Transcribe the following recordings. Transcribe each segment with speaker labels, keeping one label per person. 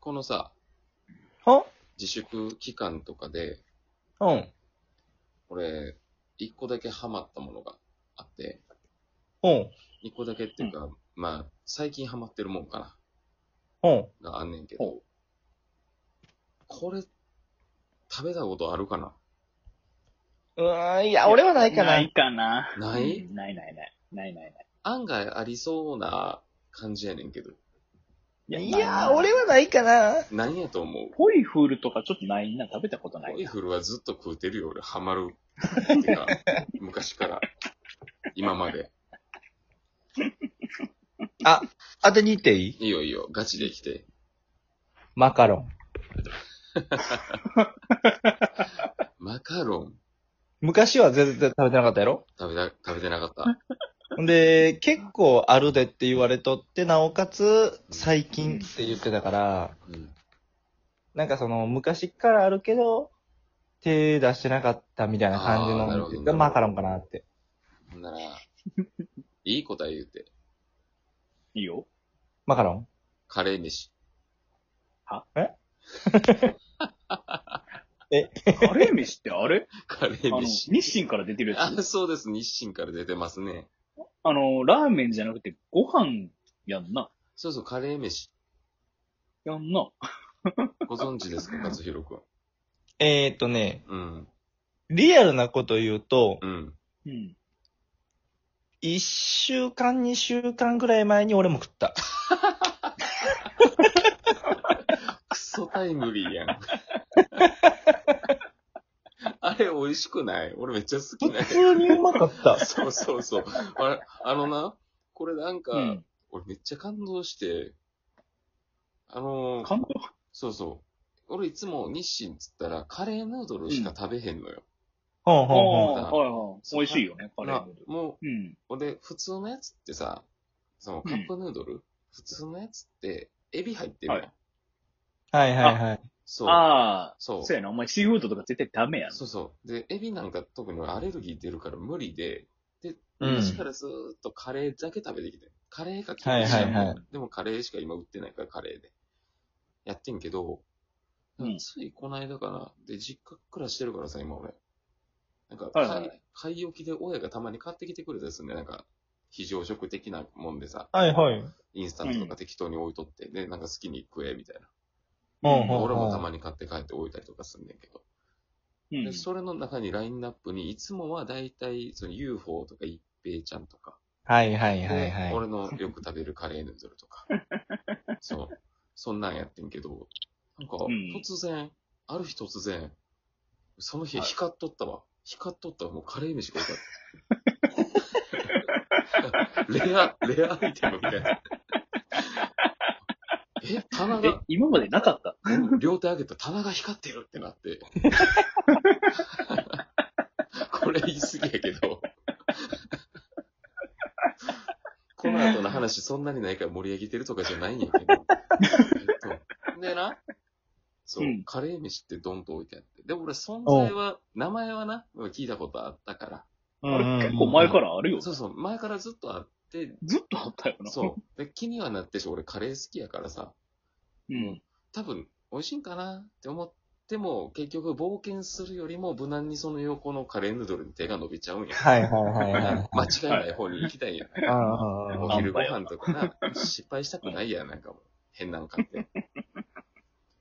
Speaker 1: このさ、
Speaker 2: は
Speaker 1: 自粛期間とかで、
Speaker 2: うん。
Speaker 1: 俺、一個だけハマったものがあって、
Speaker 2: うん。
Speaker 1: 一個だけっていうか、まあ、最近ハマってるもんか
Speaker 2: うん。
Speaker 1: な、があんねんけど、これ、食べたことあるかな
Speaker 2: うーん、いや、俺はないかな。
Speaker 3: ないかな。
Speaker 1: ない
Speaker 3: うんないないない。ないないない。
Speaker 1: 案外ありそうな感じやねんけど、
Speaker 2: い
Speaker 3: ないな
Speaker 2: や、俺はないかな。
Speaker 1: 何やと思う
Speaker 3: ポイフールとかちょっとないな。食べたことない
Speaker 1: ポイ
Speaker 3: な。
Speaker 1: フルはずっと食うてるよ、俺、ハマ る。てか、昔から、今まで。
Speaker 2: 当てに行っていい
Speaker 1: いいよいいよ、ガチで来て。
Speaker 2: マカロン。
Speaker 1: マカロン、
Speaker 2: 昔は全然食べてなかったやろ
Speaker 1: 食べた、食べてなかった。
Speaker 2: んで、結構あるでって言われとって、なおかつ、最近って言ってたから、
Speaker 1: うん。
Speaker 2: なんかその、昔からあるけど、手出してなかったみたいな感じ
Speaker 1: あーなるほど
Speaker 2: のがマカロンかなって。
Speaker 1: ほんなら、いい答え言うて。
Speaker 3: いいよ。
Speaker 2: マカロン
Speaker 1: カレー飯。
Speaker 3: カレー飯ってあれ
Speaker 1: カレ
Speaker 3: あ
Speaker 1: ー
Speaker 3: の、
Speaker 1: 飯。
Speaker 3: 日清から出てるや
Speaker 1: あ
Speaker 3: つ。
Speaker 1: そうです。日清から出てますね。
Speaker 3: あの、ラーメンじゃなくてご飯やんな。
Speaker 1: そうそう、カレー飯。
Speaker 3: やんな。
Speaker 1: ご存知 ですか、和弘くん。
Speaker 2: えーっとね、
Speaker 1: うん。
Speaker 2: リアルなこと言うと、
Speaker 1: うん。
Speaker 3: うん。
Speaker 2: 一週間、二週間ぐらい前に俺も食った。
Speaker 1: クソタイムリーやん。 あれ、美味しくない俺めっちゃ好きな
Speaker 2: 普
Speaker 1: や
Speaker 2: 通にうまか った
Speaker 1: つ。。そうそうそう。あれ、あのな、これなんか、
Speaker 3: うん。
Speaker 1: 俺めっちゃ感動して、あのー
Speaker 3: 感動。
Speaker 1: そうそう。俺いつも日清っつったらカレーヌードルしか食べへんのよ。
Speaker 2: ほん
Speaker 3: ああ、
Speaker 2: ほんほん。
Speaker 3: はいはい。美味しいよね、カレー
Speaker 1: な
Speaker 3: ヌードル。
Speaker 1: もう
Speaker 3: うん。
Speaker 1: 俺、普通のやつってさ、そのカップヌードル、普通のやつって、エビ入ってるやん。
Speaker 3: は
Speaker 2: はいはいはい。
Speaker 1: そう。
Speaker 3: ああ、
Speaker 1: そう
Speaker 3: そうやな。お前シーフードとか絶対ダメやん。
Speaker 1: そうそう。で、エビなんか特にアレルギー出るから無理で、で、
Speaker 2: うん
Speaker 1: 昔からずーっとカレーだけ食べてきて、カレーが
Speaker 2: はい
Speaker 1: い
Speaker 2: はいはい。
Speaker 1: でもカレーしか今売ってないからカレーで。やってんけど、
Speaker 3: うん
Speaker 1: ついこの間かな。で、実家暮らしてるからさ、今俺。なんか、
Speaker 3: はいはいはい
Speaker 1: 買い買い置きで親がたまに買ってきてくれたりするんだよなんか、非常食的なもんでさ。
Speaker 2: はいはい。うん
Speaker 1: インスタントとか適当に置いとって、で、なんか好きに食え、みたいな。
Speaker 2: うん
Speaker 1: 俺もた
Speaker 2: うん。
Speaker 1: まに買って帰って置いたりとかすんねんけど。
Speaker 3: うん
Speaker 1: で、。それの中にラインナップに、いつもはだいたい、その UFO とか一平ちゃんとか、
Speaker 2: はいはいはい
Speaker 1: で
Speaker 2: はい。
Speaker 1: 俺のよく食べるカレーヌードルと か、そう、そんなんやってんけど、なんか、
Speaker 3: うん
Speaker 1: 突然、ある日突然、その日
Speaker 3: はい
Speaker 1: 光っとったわ。光っとったわ。もうカレー飯が多か った。レア、レアアイテムみたいな。え、棚
Speaker 3: え
Speaker 1: が、、
Speaker 3: 今までなかった
Speaker 1: うん両手上げた棚が光ってるってなって。 これ言い過ぎやけど。この後の話そんなにないから盛り上げてるとかじゃないんやけど。えっと、でな、そう、
Speaker 3: うん
Speaker 1: カレー飯ってドンと置いてあって。でも俺存在は、名前はな、聞いたことあったから。
Speaker 2: うん
Speaker 3: あ
Speaker 2: うんうん
Speaker 3: れ結構前からあるよ。
Speaker 1: そうそう、前からずっとあって、
Speaker 3: ずっとあったよな。
Speaker 1: そう。で、気にはなってし、俺カレー好きやからさ。
Speaker 3: う。うん。
Speaker 1: 多分美味しいんかなって思っても、結局冒険するよりも無難にその横のカレーヌードルに手が伸びちゃうんや。
Speaker 2: はいはいはいはい。
Speaker 1: 間違いない方に行きたいやん。
Speaker 2: うんうん
Speaker 1: お
Speaker 2: うん
Speaker 1: 昼ご飯とかな、失敗したくないやん、なんかもう。変なん買って。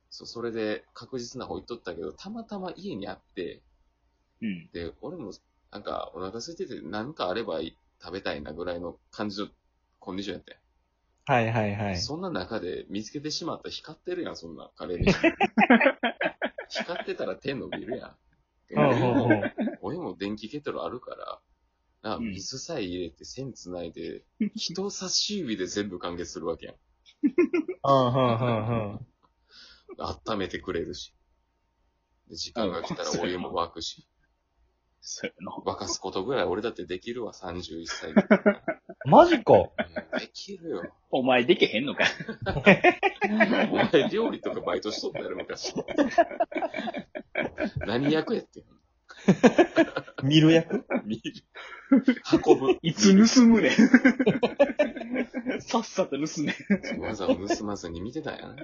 Speaker 1: そう、それで確実な方行っとったけど、たまたま家にあって、
Speaker 3: うん。
Speaker 1: で、俺もなんかお腹空いてて、なんかあれば食べたいなぐらいの感じのコンディションやったやん
Speaker 2: はいはいはい。
Speaker 1: そんな中で見つけてしまった光ってるやん、そんなカレ ー飯。光ってたら手伸びるやん。
Speaker 2: うんうんうん。
Speaker 1: 俺も電気ケトルあるから、な
Speaker 3: うん
Speaker 1: 水さえ入れて線つないで、人差し指で全部完結するわけやん。
Speaker 2: うんうんうんうん。
Speaker 1: 温めてくれるし。で時間が来たらお湯も沸くし、
Speaker 3: そうやな。
Speaker 1: 沸かすことぐらい俺だってできるわ、31歳 で。
Speaker 2: マジか。
Speaker 1: うんできるよ。
Speaker 3: お前できへんのか。
Speaker 1: お前料理とかバイトしとったやろ、 昔。何役やってん
Speaker 2: 見る役
Speaker 1: 見る。運ぶ。
Speaker 3: いつ盗むねん。さっさと盗め。
Speaker 1: わざわざ盗まずに見てたんやな。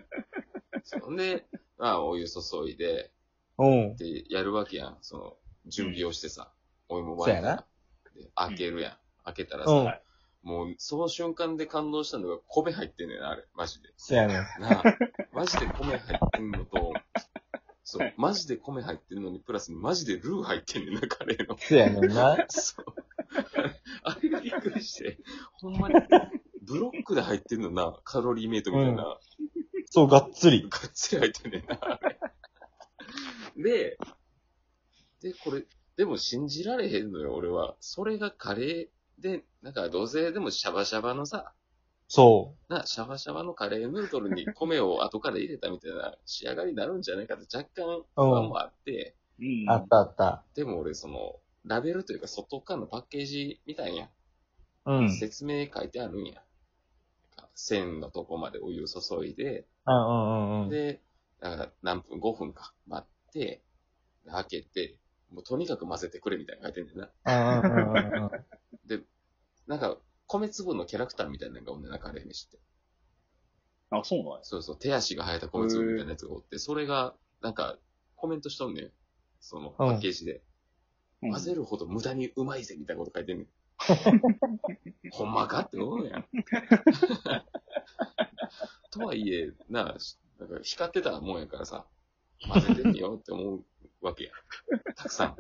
Speaker 1: そうほんで、まあ、お湯注いで、
Speaker 2: うん。
Speaker 1: で、やるわけやん。その、準備をしてさ、お湯も
Speaker 2: そ
Speaker 1: 沸
Speaker 2: うや
Speaker 1: いた
Speaker 2: な
Speaker 1: ら。で、開けるやん。開けたら
Speaker 2: う
Speaker 1: さ、
Speaker 2: ん。
Speaker 1: もう、その瞬間で感動したのが米入ってんねんな、あれ。マジで。
Speaker 2: そやねん。
Speaker 1: なあ、マジで米入ってんのと、そう、マジで米入ってるのに、プラスマジでルー入ってんねんな、カレーの。
Speaker 2: そやねんな。
Speaker 1: そう。あれがびっくりして、ほんまに、ブロックで入ってんのな、カロリーメイトみたいな、が
Speaker 2: そう、がっつり。
Speaker 1: っつり入ってんねんな、あれで、で、これ、でも信じられへんのよ、俺は。それがカレーで、なんか、どうせでもシャバシャバのさ、
Speaker 2: そ
Speaker 1: な、シャバシャバのカレーヌードルに米を後から入れたみたいな仕上がりになるんじゃないかって若干不安もあって、
Speaker 3: うん
Speaker 2: う。あったあった。
Speaker 1: でも俺その、ラベルというか外側のパッケージみたいやん。
Speaker 2: うん。うん
Speaker 1: 説明書いてあるんや。線のとこまでお湯注いで、
Speaker 2: うんうんうん。
Speaker 1: で、だから何分、5分か待って、開けて、もうとにかく混ぜてくれみたいなの書いてんねんな。
Speaker 2: うんうんうんうんうん。
Speaker 1: なんか、米粒のキャラクターみたいなのがおんねんな、カレー飯って。
Speaker 3: あ、そうなんや。
Speaker 1: そうそう、手足が生えた米粒みたいなやつがおって、それが、なんか、コメントしとんねん。その、パッケージで。
Speaker 3: うん
Speaker 1: 混ぜるほど無駄にうまいぜ、みたいなこと書いてん ねん。ほんまかって思うやん。 とはいえ、なあ、しなんか光ってたもんやからさ、混ぜてみようって思うわけや。たくさん。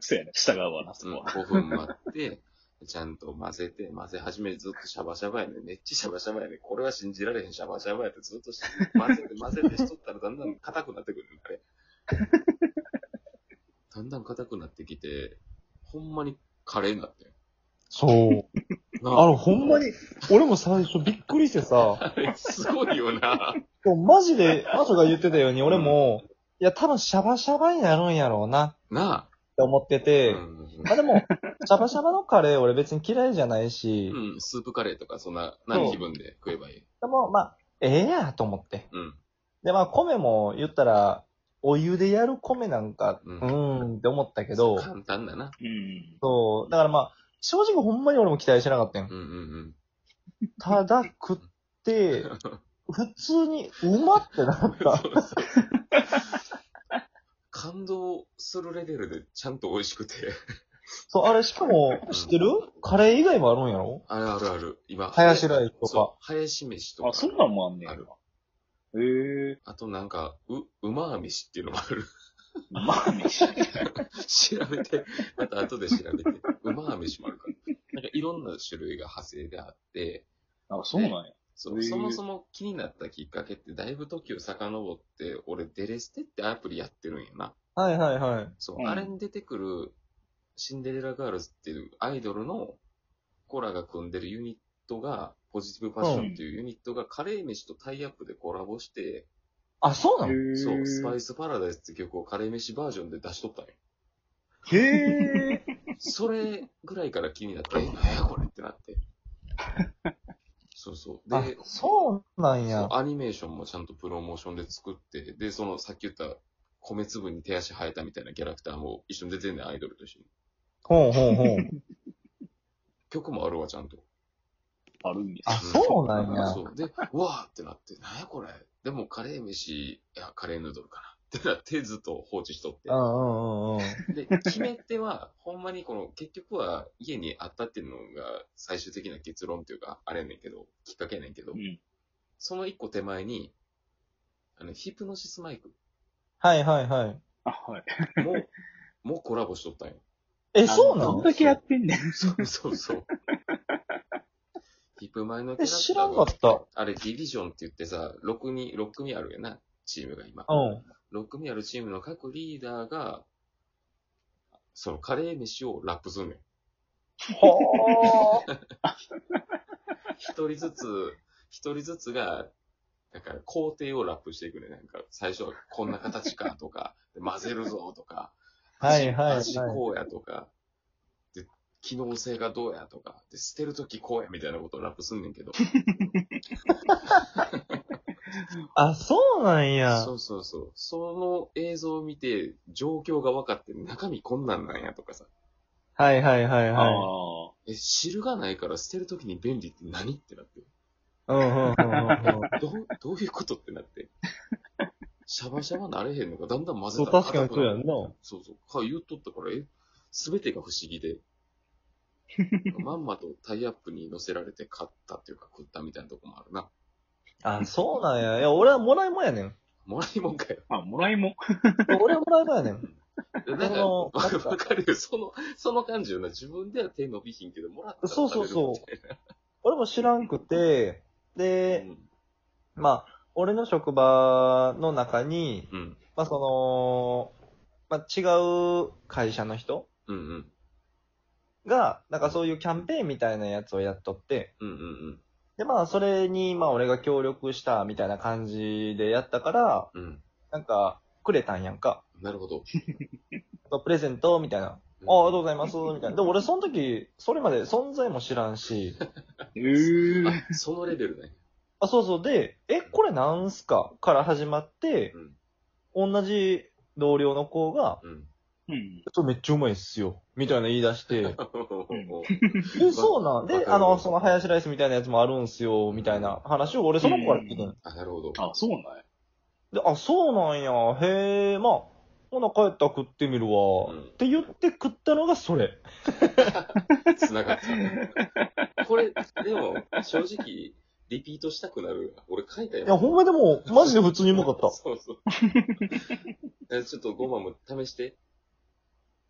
Speaker 3: そうやね。従うわな、そ
Speaker 1: うん、
Speaker 3: こは。
Speaker 1: 5分待って、ちゃんと混ぜて、混ぜ始めてずっとシャバシャバやね。めっちゃシャバシャバやね。これは信じられへんシャバシャバやってずっとし混ぜて混ぜてしとったらだんだん硬くなってくるねんあれ。だんだん硬くなってきて、ほんまにカレーになってん
Speaker 2: そう。
Speaker 1: な
Speaker 2: あれ、ほんまに、俺も最初びっくりしてさ、
Speaker 1: あれ すごいよな。
Speaker 2: マジで、アトが言ってたように、俺も、いや、多分シャバシャバになるんやろうな、
Speaker 1: なあ。
Speaker 2: って思ってて、
Speaker 1: うん
Speaker 2: まあでも、シャバシャバのカレー俺別に嫌いじゃないし、
Speaker 1: うん、スープカレーとかそんな、何気分で食えばいい。
Speaker 2: でも、まあ、ええやと思って。
Speaker 1: うん。
Speaker 2: で、まあ、米も言ったら、お湯でやる米なんか、
Speaker 1: う
Speaker 2: うんん、ーんって思ったけど、
Speaker 1: 簡単だな。
Speaker 3: うん。
Speaker 2: そう、だからまあ、正直ほんまに俺も期待してなかったよ
Speaker 1: う。んうん
Speaker 2: ただ食って、普通にうまってなっ
Speaker 1: うん。そう
Speaker 2: た。
Speaker 1: そう。感動するレベルでちゃんと美味しくて。
Speaker 2: そう、あれしかも、知ってるカレー以外もあるんやろ
Speaker 1: あるあるある。今。
Speaker 2: 林ライスと
Speaker 1: そ
Speaker 2: か。
Speaker 1: う。林飯とか。
Speaker 3: あ、そんなんもあんねや。
Speaker 1: あ
Speaker 3: へ
Speaker 1: る
Speaker 3: え。
Speaker 1: あとなんか、う、うま飯っていうのもある。
Speaker 3: まあ、飯。
Speaker 1: 調べて、また後で調べて。うま飯もあるから。なんかいろんな種類が派生であって、
Speaker 3: あ、そうなんや。
Speaker 1: そ
Speaker 3: へ
Speaker 1: う
Speaker 3: ー
Speaker 1: そもそも気になったきっかけって、だいぶ時を遡って、俺、デレステってアプリやってるんやな。
Speaker 2: はいはいはい。
Speaker 1: そう、
Speaker 3: うん
Speaker 1: あれに出てくる、シンデレラガールズっていうアイドルのコラが組んでるユニットが、ポジティブファッションっていうユニットがカレー飯とタイアップでコラボして、
Speaker 2: あ、そうなの
Speaker 3: へえ
Speaker 1: そう、スパイスパラダイスって曲をカレー飯バージョンで出しとったんよ。
Speaker 2: へえ。
Speaker 1: それぐらいから気になって、え、なんやこれってなって。 そうそう。
Speaker 2: あ
Speaker 1: で、、
Speaker 2: そうなん
Speaker 1: そ
Speaker 2: や
Speaker 1: う。アニメーションもちゃんとプロモーションで作って、で、そのさっき言った米粒に手足生えたみたいなキャラクターも一緒に出てんねん、アイドルと一緒に。
Speaker 2: ほうほうほう。
Speaker 1: 曲もあるわ、ちゃんと。
Speaker 3: あるんや。
Speaker 2: あ、そうなんや。
Speaker 1: そう。で、うわーってなって、なんやこれ。でもカレー飯、いや、カレーヌードルかな。ってなって、ずっと放置しとって
Speaker 2: う。んうんうんうん。
Speaker 1: で、決め手は、ほんまにこの、結局は家にあったっていうのが最終的な結論というか、あれやねんけど、きっかけやねんけど
Speaker 3: う、ん。
Speaker 1: その一個手前に、あの、ヒプノシスマイク
Speaker 2: はいはいはい。
Speaker 3: あ、はい。
Speaker 1: も、もうコラボしとったんよ。
Speaker 2: え、そうな
Speaker 3: あどん
Speaker 2: の
Speaker 3: だけやってんねん。
Speaker 1: そうそうそう。ヒプマイのキャ
Speaker 2: え、
Speaker 1: ラクターが
Speaker 2: 知らんかった。
Speaker 1: あれ、ディビジョンって言ってさ、6人、6組あるよな、チームが今。
Speaker 2: うん。
Speaker 1: 6組あるチームの各リーダーが、そのカレー飯をラップすんねん。
Speaker 2: ほー。
Speaker 1: 一人ずつ、一人ずつが、なんか工程をラップしていくね。なんか最初はこんな形かとか、で混ぜるぞとか、
Speaker 2: はいはいはい
Speaker 1: 味。こうやとか、で、機能性がどうやとか、で、捨てるときこうやみたいなことをラップすんねんけど。
Speaker 2: あ、そうなんや
Speaker 1: そ。うそうそう。その映像を見て、状況が分かって、中身こんなんなんやとかさ。
Speaker 2: はいはいはい
Speaker 3: あ
Speaker 2: は
Speaker 3: あ。
Speaker 1: え、汁がないから捨てるときに便利って何ってなって。
Speaker 2: い。うんうんうんうんうん。
Speaker 1: どう、どういうことってなって。シャバシャバなれへんのか、だんだん混ぜ
Speaker 2: そう、
Speaker 1: たら
Speaker 2: 確かにそうやんな。
Speaker 1: そうそう。か、言うとったから、えすべてが不思議 で。まんまとタイアップに乗せられて買ったっていうか食ったみたいなとこもあるな。
Speaker 2: あ、そうなんや。いや、俺はもらいもんやねん。
Speaker 1: もらいもんかよ。
Speaker 3: あ、もらいもん。
Speaker 2: 俺はもらいもんやねん。
Speaker 1: なんか、
Speaker 2: あの
Speaker 1: わ
Speaker 2: なんか
Speaker 1: わかるよ。その、その感じよな。自分では手伸びひんけど、もらったら
Speaker 2: そうそうそう
Speaker 1: 食べるみたい
Speaker 2: 俺も知らんくて、で、
Speaker 1: な
Speaker 2: まあ、俺の職場の中に、
Speaker 1: うん。うん。
Speaker 2: まあその、まあ違う会社の人
Speaker 1: うんうん。
Speaker 2: が、なんかそういうキャンペーンみたいなやつをやっとって、
Speaker 1: うんうん
Speaker 2: でまあそれに、まあ俺が協力したみたいな感じでやったから、
Speaker 1: うん。うん。
Speaker 2: なんかくれたんやんか。
Speaker 1: なるほど。
Speaker 2: プレゼントみたいな。ああ、ありがとうございます、みたいな。でも俺その時、それまで存在も知らんし、
Speaker 3: えー。
Speaker 1: あそのレベルね。
Speaker 2: あ、そうそう。で、え、これなんすかから始まって
Speaker 1: う、ん。
Speaker 2: 同じ同僚の子が、
Speaker 1: うん。
Speaker 3: うん。
Speaker 2: それめっちゃうまいっすよ。みたいな言い 出して。
Speaker 1: う
Speaker 2: え、
Speaker 1: ん
Speaker 2: そうなん
Speaker 1: わか
Speaker 2: で、
Speaker 1: る
Speaker 2: あの、その、林ライスみたいなやつもあるんすよ、みたいな話を俺その子から聞いてん。
Speaker 1: あ、なるほど。
Speaker 3: あ、そうなんや。
Speaker 2: で、あ、そうなんや。へえ、まあ、ほな帰ったら食ってみるわ。
Speaker 1: う
Speaker 2: っ
Speaker 1: ん
Speaker 2: て言って食ったのがそれ。
Speaker 1: 繋がったね。これ、でも、正直、リピートしたくなるわ。俺書いたよ。。
Speaker 2: いや、ほんまでも、マジで普通にうまかった
Speaker 1: そうそう。えちょっとごまも試して。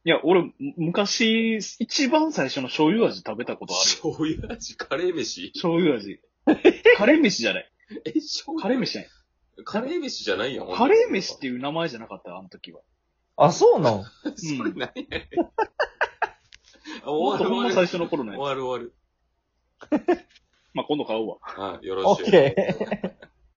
Speaker 3: いや、俺、む昔、一番最初の醤油味食べたことあるよ。
Speaker 1: 醤油味、カレー飯
Speaker 3: 醤油 味。カレー飯じゃない。
Speaker 1: え、醤
Speaker 3: カレー飯じゃない。
Speaker 1: 油カレー飯じゃないやん。
Speaker 3: カレー飯っていう名前じゃなかった、あの時は。
Speaker 2: あ、そうなん
Speaker 1: ほんとに それ何 やねん。あ
Speaker 3: もっ
Speaker 1: 終
Speaker 3: とほん
Speaker 1: わ
Speaker 3: ま
Speaker 1: る終
Speaker 3: 最
Speaker 1: わる。
Speaker 3: 初の頃のや
Speaker 1: 終
Speaker 3: つ。
Speaker 1: わる終わる。
Speaker 3: まあ、今度買うわ。
Speaker 1: はい、よろ
Speaker 2: オ
Speaker 1: し
Speaker 2: ッ
Speaker 1: く。
Speaker 2: ケー。